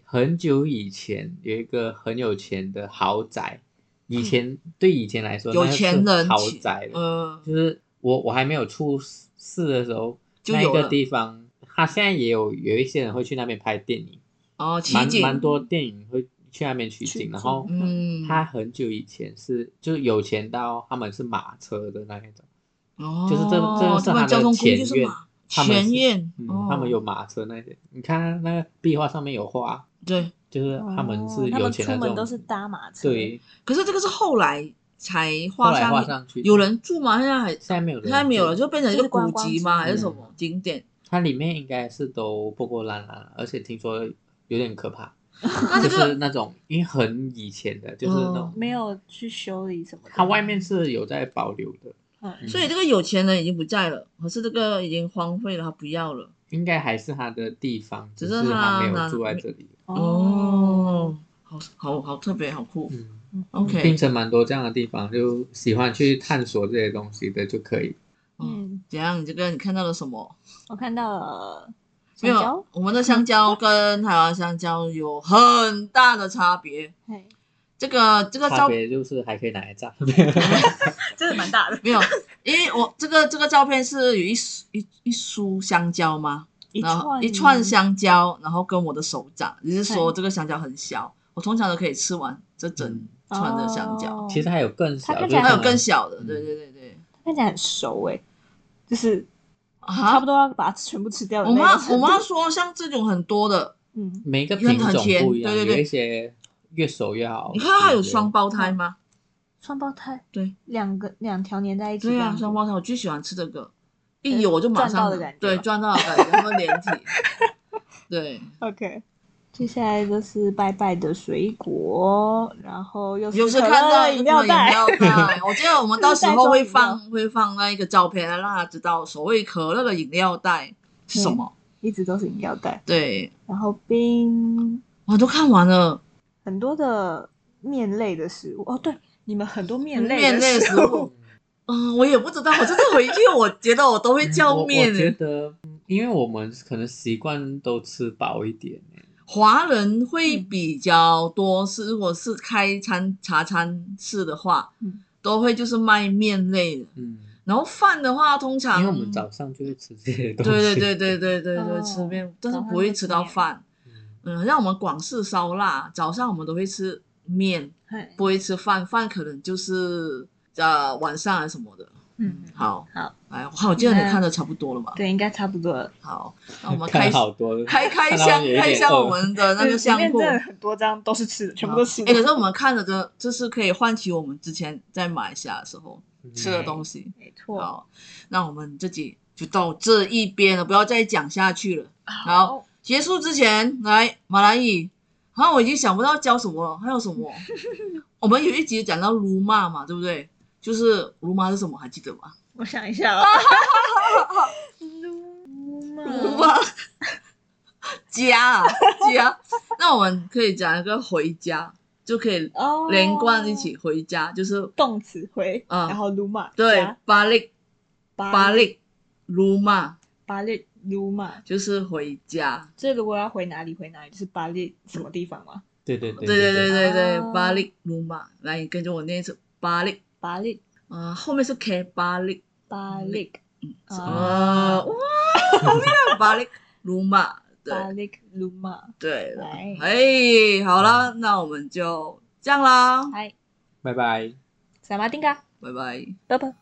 A: 很久以前有一个很有钱的豪宅，以前、对以前来说
B: 嗯有
A: 那是
B: 钱人
A: 豪
B: 起
A: 宅了，
B: 嗯
A: 就是我我还没有出世的时候，
B: 就
A: 那一
B: 有
A: 个
B: 了
A: 地方，它现在也有有一些人会去那边拍电影，
B: 哦，奇
A: 蛮
B: 景，
A: 蛮多电影会去那边取
D: 取
A: 景，
D: 景
A: 然后
B: 嗯，
A: 他很久以前是就是有钱到他们是马车的那一种，
B: 哦，
A: 就是这这个是
B: 他们
A: 他
B: 交
A: 的
B: 通工具
A: 前
B: 是
A: 院
B: 马，，
A: 他们
B: 前
A: 是
B: 院，
A: 嗯
B: 哦，
A: 他们有马车那些，你看那个壁画上面有画，
B: 对，
A: 就是他们
D: 哦
A: 是
D: 他
A: 有
D: 们
A: 钱
D: 出
A: 的这
D: 门
A: 种，
D: 都是搭马车，
A: 对，
B: 可是这个是后来才
A: 后
B: 画
A: 来画
B: 上，
A: 上去，
B: 有人住吗？现在还
A: 现在没有人
B: 现在没有了，
A: 住
B: 就变成一个
D: 就是
B: 古
D: 观
B: 籍
D: 光
B: 吗？
D: 景
B: 还是什
A: 嗯
B: 么景 点？
A: 它里面应该是都破破烂烂了，而且听说有点可怕。
B: 那这
A: 就
B: 个哦
A: 是那种因为很以前的，就是那种、
D: 没有去修理什么的。
A: 它外面是有在保留的，
D: 嗯
B: 所以这个有钱人已经不在了，可是这个已经荒废了，他不要了。
A: 应该还是它的地方，
B: 只
A: 只
B: 是
A: 是它没
B: 它
A: 有住在这里。
D: 哦，，
B: 好好好特别，好酷。
A: 嗯，槟
B: OK，
A: 城蛮多这样的地方，就喜欢去探索这些东西的就可以。
B: 嗯，
D: 嗯，
B: 怎样？你这个你看到了什么？
D: 我看到了
B: 没
D: 香
B: 有
D: 蕉，，
B: 我们的香蕉跟台湾香蕉有很大的差别。
D: 嘿，
B: 这个这个
A: 差
B: 照
A: 别就是还可以拿来 炸，
D: 真的蛮大的，
B: 没有，因为我这个这个照片是有一一一束香蕉吗？
D: 一
B: 然后
D: 串
B: 一串，香蕉，然后跟我的手掌，只是说这个香蕉很小，我通常都可以吃完这整串的香蕉，
D: 哦
A: 其实还有更小，
D: 它看起
A: 就
D: 来
A: 是
B: 还有
A: 可能
B: 更小的，
A: 嗯
B: 对对对对，
D: 看起来很熟哎，就是差
B: 啊
D: 不，多要把它全部吃掉的
B: 我
D: 那
B: 妈
D: 个程
B: 我
D: 度
B: 妈说像这种很多的，
D: 嗯，
A: 每一个品种不一样，
B: 因为很甜对对对
A: 有一些越熟越好。
B: 你看她有双胞胎吗？
D: 双胞胎，
B: 对
D: 两个两条粘在一起，
B: 对
D: 这
B: 啊
D: 样，子
B: 双胞胎，我最喜欢吃这个，一有我就马
D: 赚到
B: 上
D: 的
B: 拿
D: 感觉
B: 对
D: 吧
B: 哎赚 到的感觉，然后连体，对，
D: OK，接下来就是拜拜的水果，然后又
B: 有时
D: 是
B: 看
D: 可
B: 到
D: 乐饮
B: 一个饮
D: 料袋，
B: 料袋，我记得 我们到时候会放
D: 可乐
B: 会放那一个照片，让她知道所谓可乐的饮料袋是什么，
D: 一直都是饮料袋，
B: 对。
D: 然后冰
B: 我都看完了，
D: 很多的面类的食物哦，对，你们很多面类
B: 面类
D: 的
B: 食
D: 食
B: 物，嗯，我也不知道，我这次回去，我觉得我都会叫
A: 嗯
B: 面欸
A: 我我觉
B: 诶。
A: 得，嗯因为我们可能习惯都吃饱一点，欸
B: 华人会
D: 嗯
B: 比较多，是如果是开餐茶餐室的话，
D: 嗯
B: 都会就是卖面类的。
A: 嗯。
B: 然后饭的话，通常
A: 因为我们早上就会吃这些东西。
B: 嗯对对对对对对对
D: 哦
B: 吃面，但是
D: 早上
B: 不会
D: 就
B: 吃
D: 吃
B: 到
D: 面
B: 饭。
A: 嗯，
B: 嗯，像我们广式烧腊，早上我们都会吃面，
D: 嘿
B: 不会吃饭，饭可能就是呃晚上还是什么的。
D: 嗯，
B: 好，
D: 好，
B: 哎，我记得你
D: 那
B: 看的差不多了吧？
D: 对，应该差不多了。
B: 好，那我 们
A: 看
B: 开
A: 好多
B: 开开
A: 看到
B: 箱
A: 有一
B: 开
A: 点
B: 箱
A: 饿
B: 我们的那
D: 对
B: 个
D: 里
B: 箱
D: 面
B: 库。
D: 真的很多张都是吃的，全部都吃
B: 哎、
D: 的。
B: 可是我们看着的，就是可以唤起我们之前在马来西亚的时候吃的
A: 嗯
B: 东西。
D: 没错，
B: 好，那我们这集就到这一边了，不要再讲下去了。好，结束之前，来马来语，好像我已经想不到教什么了，还有什 么？我们有一集讲到辱骂嘛，对不对？就是辱骂是什么？还记得吗？
C: 我想一下哦。嗯
B: 辱骂家啊家，那我们可以讲一个回家，就可以
D: 哦，
B: 连贯一起回
C: 哦
B: 家，就是
D: 动词回，
B: 嗯
D: 然后鲁马
B: 对巴力
D: 巴
B: 巴力鲁马
D: 巴力
C: 撸嘛。
B: 就是回家。
C: 所以如果要回哪里回哪里，就是巴黎什么地方嘛？
A: 对对对
B: 对对对
A: 对，
B: 对对
C: 哦，
B: 巴黎鲁马，来，你跟着我念一次巴黎，
C: 巴黎，
B: 啊，后面是 K 巴 黎，
C: 巴黎，
B: 啊，哇，好厉害，巴黎鲁马，对
C: 巴黎撸嘛。
B: 对了，
C: 来，
B: 哎，好啦，那我们就这样啦，
C: 嗨，
A: 拜拜。
C: 萨瓦丁卡，
B: 拜拜。
C: 拜拜。